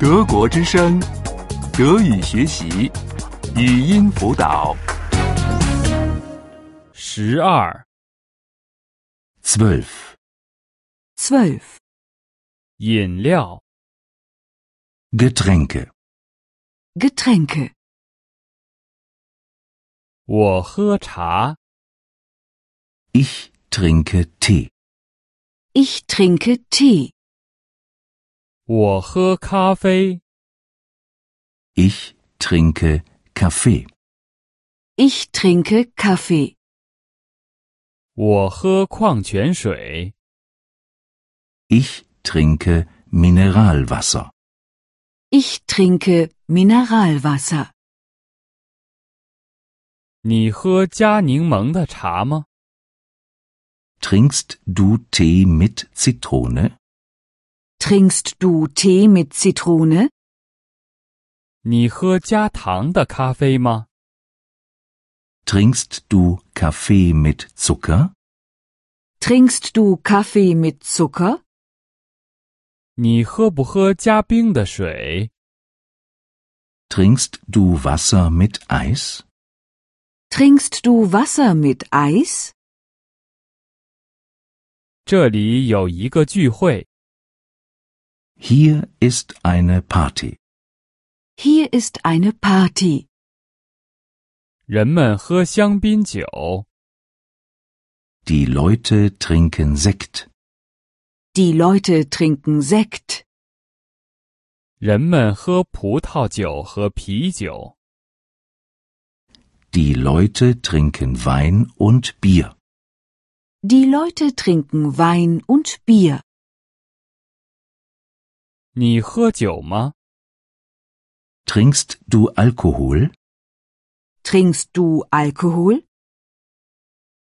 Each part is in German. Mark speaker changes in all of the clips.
Speaker 1: 德国之声，德语学习，语音辅导。
Speaker 2: 十二
Speaker 1: zwölf,
Speaker 3: 12.
Speaker 2: 饮料
Speaker 1: Getränke.
Speaker 3: Getränke.
Speaker 2: 我喝茶，
Speaker 1: Ich trinke Tee.
Speaker 3: Ich trinke Tee.
Speaker 2: 我喝咖啡，
Speaker 1: Ich trinke Kaffee.
Speaker 3: Ich trinke Kaffee.
Speaker 2: 我喝矿泉水，
Speaker 1: Ich trinke Mineralwasser.
Speaker 3: Ich trinke Mineralwasser.
Speaker 2: 你喝加柠檬的茶吗？
Speaker 1: Trinkst du Tee mit Zitrone?
Speaker 3: Trinkst du Tee mit Zitrone?
Speaker 2: 你喝加糖的咖啡吗？
Speaker 1: Trinkst du Kaffee mit Zucker?
Speaker 3: Trinkst du Kaffee mit Zucker?
Speaker 2: 你喝不喝加冰的水？
Speaker 1: Trinkst du Wasser mit Eis?
Speaker 3: Trinkst du Wasser mit Eis?
Speaker 2: 这里有一个聚会，
Speaker 1: Hier ist eine Party.
Speaker 3: Hier ist eine Party.
Speaker 2: 人们喝香槟酒，
Speaker 1: Die Leute trinken Sekt.
Speaker 3: Die Leute trinken Sekt.
Speaker 2: 人们喝葡萄酒和啤酒，
Speaker 1: Die Leute trinken Wein und Bier.
Speaker 3: Die Leute trinken Wein und Bier.
Speaker 2: 你喝酒吗？
Speaker 1: Trinkst du Alkohol?
Speaker 3: Trinkst du Alkohol?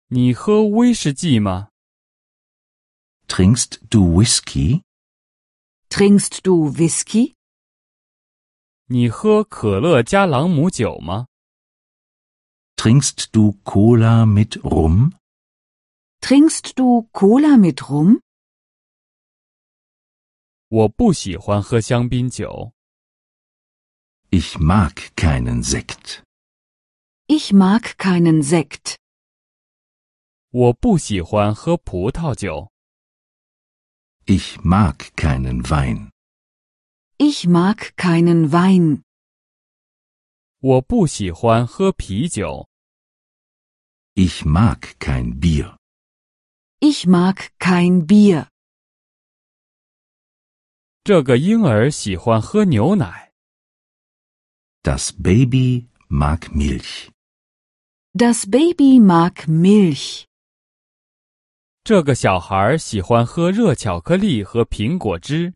Speaker 2: 你喝威士忌吗？
Speaker 1: Trinkst du Whisky?
Speaker 3: Trinkst du Whisky?
Speaker 2: 你喝可乐加朗姆酒吗？
Speaker 1: Trinkst du Cola mit Rum?
Speaker 3: Trinkst du Cola mit Rum?
Speaker 2: 我不喜欢喝香槟酒，
Speaker 1: Ich mag keinen Sekt.
Speaker 3: Ich mag keinen Sekt.
Speaker 2: 我不喜欢喝葡萄酒，
Speaker 1: Ich mag keinen Wein.
Speaker 3: Ich mag keinen Wein.
Speaker 2: 我不喜欢喝啤酒，
Speaker 1: Ich mag kein Bier.
Speaker 3: Ich mag kein Bier.
Speaker 2: 这个婴儿喜欢喝牛奶。
Speaker 1: Das Baby mag Milch.
Speaker 3: Das Baby mag Milch.
Speaker 2: 这个小孩喜欢喝热巧克力和苹果汁。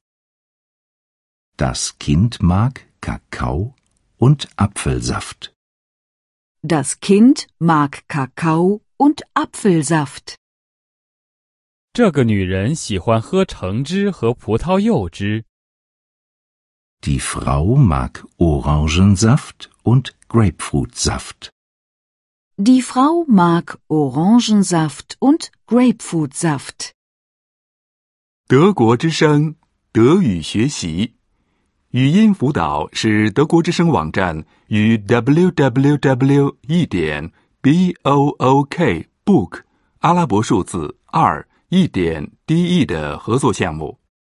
Speaker 1: Das Kind mag Kakao und Apfelsaft.
Speaker 3: Das Kind mag Kakao und Apfelsaft.
Speaker 2: 这个女人喜欢喝橙汁和葡萄柚汁。
Speaker 1: Die Frau mag Orangensaft und Grapefruitsaft.
Speaker 3: Die Frau mag Orangensaft und Grapefruitsaft.
Speaker 4: 德国之声德语学习，语音辅导是德国之声网站与 www. 一点 b o o k book 阿拉伯数字二一点 d e 的合作项目。